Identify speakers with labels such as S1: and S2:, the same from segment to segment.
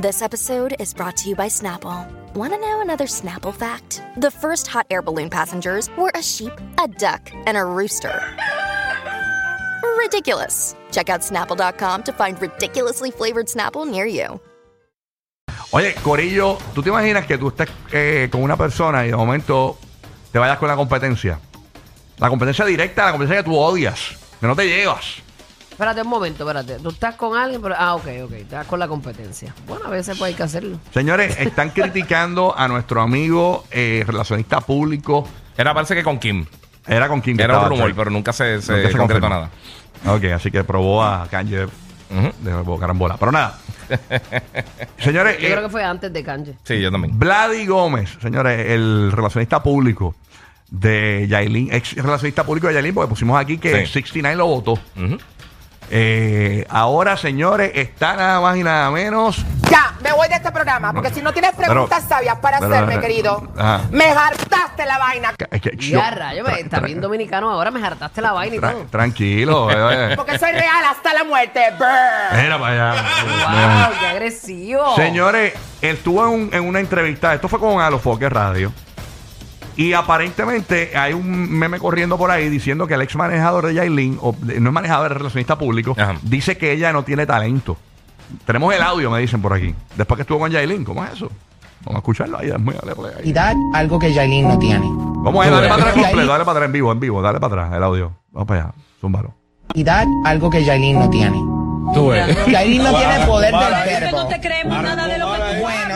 S1: This episode is brought to you by Snapple. Want to know another Snapple fact? The first hot air balloon passengers were a sheep, a duck, and a rooster. Ridiculous. Check out snapple.com to find ridiculously flavored Snapple near you.
S2: Oye, Corillo, ¿tú te imaginas que tú estés eh, con una persona y de momento te vayas con la competencia? La competencia directa, la competencia que tú odias, que no te llevas.
S3: Espérate un momento, espérate. Tú estás con alguien, pero. Ah, ok, ok. Estás con la competencia. Bueno, a veces pues hay que hacerlo.
S2: Señores, están criticando a nuestro amigo eh, relacionista público.
S4: Era parece que con Kim.
S2: Era con quien que
S4: Era un
S2: estaba,
S4: rumor,
S2: sí.
S4: pero nunca se, se
S2: Nunca se
S4: concretó
S2: confirmó.
S4: nada.
S2: Ok, así que probó a Kanye de, de nuevo carambola. Pero nada. Señores,
S3: Yo
S2: eh,
S3: creo que fue antes de Kanye.
S4: Sí, yo también.
S2: Vladi Gómez, señores, el relacionista público de Yailin, ex relacionista público de Yailin, porque pusimos aquí que
S4: Sí.
S2: 69 lo votó.
S4: Ujú.
S2: Eh, ahora, señores, está nada más y nada menos.
S5: Ya, me voy de este programa, porque si no tienes preguntas
S2: Pero-
S5: sabias para
S2: pero- eh,
S5: hacerme, querido,
S2: Ajá.
S5: me hartaste la vaina.
S2: Es que-
S3: Ya, rayo, me
S2: tra-
S3: estás
S2: tra-
S3: bien dominicano ahora, me hartaste la vaina y
S2: tra-
S3: todo.
S2: Tranquilo. eh, eh.
S5: Porque soy real hasta la muerte. brr.
S2: Mira para allá.
S3: ¡Wow! ¡Qué agresivo!
S2: Señores, él estuvo en, un- en una entrevista, esto fue con Alofoque Radio, y aparentemente hay un meme corriendo por ahí diciendo que el ex manejador de Yailin, o de- no es manejador, es relacionista público,
S4: Ajá.
S2: dice que ella no tiene talento. Tenemos el audio, me dicen por aquí. Después que estuvo con Yailin, ¿cómo es eso? Vamos a escucharlo ahí, es muy dale por ahí.
S6: realidad, algo que Jailin no tiene.
S2: Vamos a dale para atrás
S6: Yailin-
S2: completo, dale para atrás en vivo, en vivo, dale para atrás el audio. Vamos para allá, zúmbalo.
S6: Realidad, algo que Jailin no tiene. Jailin no tiene poder del verbo.
S7: creemos nada de lo que
S6: Bueno,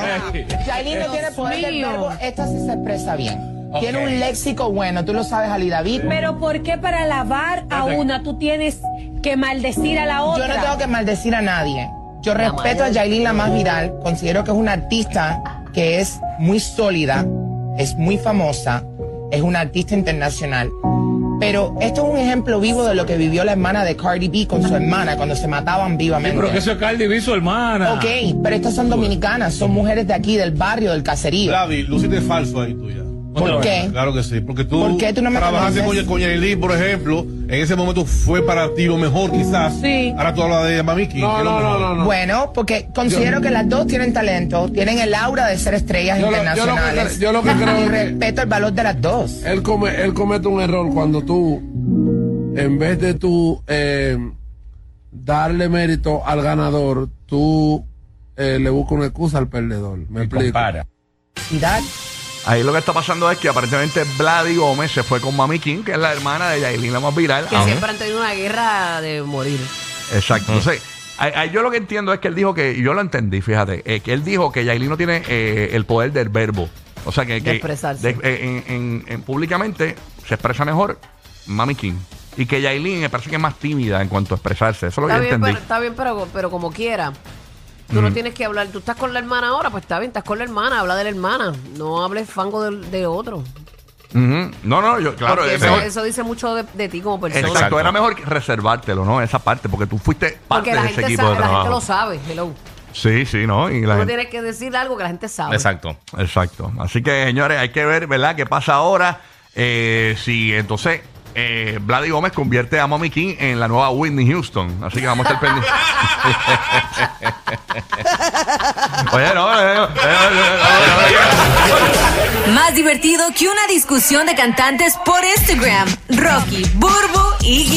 S6: Jailin no tiene poder del verbo. Esta sí se expresa bien. Tiene un léxico bueno, tú lo sabes, Ali David.
S7: Pero ¿por qué para alabar a una tú tienes que maldecir a la
S6: Yo no tengo
S7: otra?
S6: que maldecir a nadie. Yo respeto a Jailin la más viral. Considero que es una artista que es muy sólida, es muy famosa, es una artista internacional. Pero esto es un ejemplo vivo de lo que vivió la hermana de Cardi B con su hermana cuando se mataban vivamente.
S8: Pero que eso es Cardi B, su hermana.
S6: Ok, pero estas son dominicanas, son mujeres de aquí, del barrio, del caserío.
S9: Lavi, luciste falso ahí tú ya.
S6: ¿Por qué?
S9: Claro que sí, porque tú,
S6: ¿Por qué tú no me
S9: trabajaste
S6: reconoces?
S9: con, con Yailin, por ejemplo, en ese momento fue para ti lo mejor quizás.
S7: Sí.
S9: Ahora tú hablas de Mamiki. que
S8: No,
S9: es lo
S8: no, no,
S9: mejor.
S8: no, no.
S6: Bueno, porque considero que las dos tienen talento, tienen el aura de ser estrellas
S8: Yo lo- yo lo que-
S6: internacionales.
S8: yo lo que creo
S6: y
S8: es que-
S6: respeto el valor de las dos.
S8: Él, come- él comete un error cuando tú, en vez de tú eh, darle mérito al ganador, tú eh, le buscas una excusa al perdedor. Me explico.
S6: Y dar-
S2: Ahí lo que está pasando es que aparentemente Vladi Gómez se fue con Mami King, que es la hermana de Yailin, la más viral.
S3: Que
S2: Ajá.
S3: siempre han tenido una guerra de morir.
S2: Exacto. Entonces, a- a- yo lo que entiendo es que él dijo que, y yo lo entendí, fíjate, eh, que él dijo que Yailin no tiene eh, el poder del verbo. O sea, que, que-
S3: expresarse.
S2: de- eh, en, en- en públicamente se expresa mejor Mami King. Y que Yailin me parece que es más tímida en cuanto a expresarse. Eso es lo que
S3: Está
S2: yo
S3: bien,
S2: entendí. Mm.
S3: pero, está bien pero, pero como quiera. Tú no tienes que hablar. Tú estás con la hermana ahora, pues está bien, estás con la hermana, habla de la hermana. No hables fango del de otro.
S2: Ujú. No, no, yo, claro,
S3: Porque
S2: es
S3: eso,
S2: mejor-
S3: eso dice mucho de, de ti como persona.
S2: Exacto,
S4: Exacto.
S2: era mejor reservártelo, ¿no? Esa parte, porque tú fuiste parte
S3: Porque la
S2: de ese
S3: gente,
S2: equipo
S3: sabe,
S2: de
S3: la gente
S2: trabajo.
S3: lo sabe. Hello.
S2: Sí, sí, ¿no? Y la
S3: Tú
S2: gente-
S3: tienes que decir algo que la gente sabe.
S4: Exacto.
S2: Exacto. Así que, señores, hay que ver, ¿verdad?, qué pasa ahora. Eh, si entonces eh, Vladi Gómez convierte a Mommy King en la nueva Whitney Houston. Así que vamos a estar pendientes. Oye, no, eh, eh, eh, eh,
S7: Más divertido que una discusión de cantantes por Instagram. Rocky, Burbu y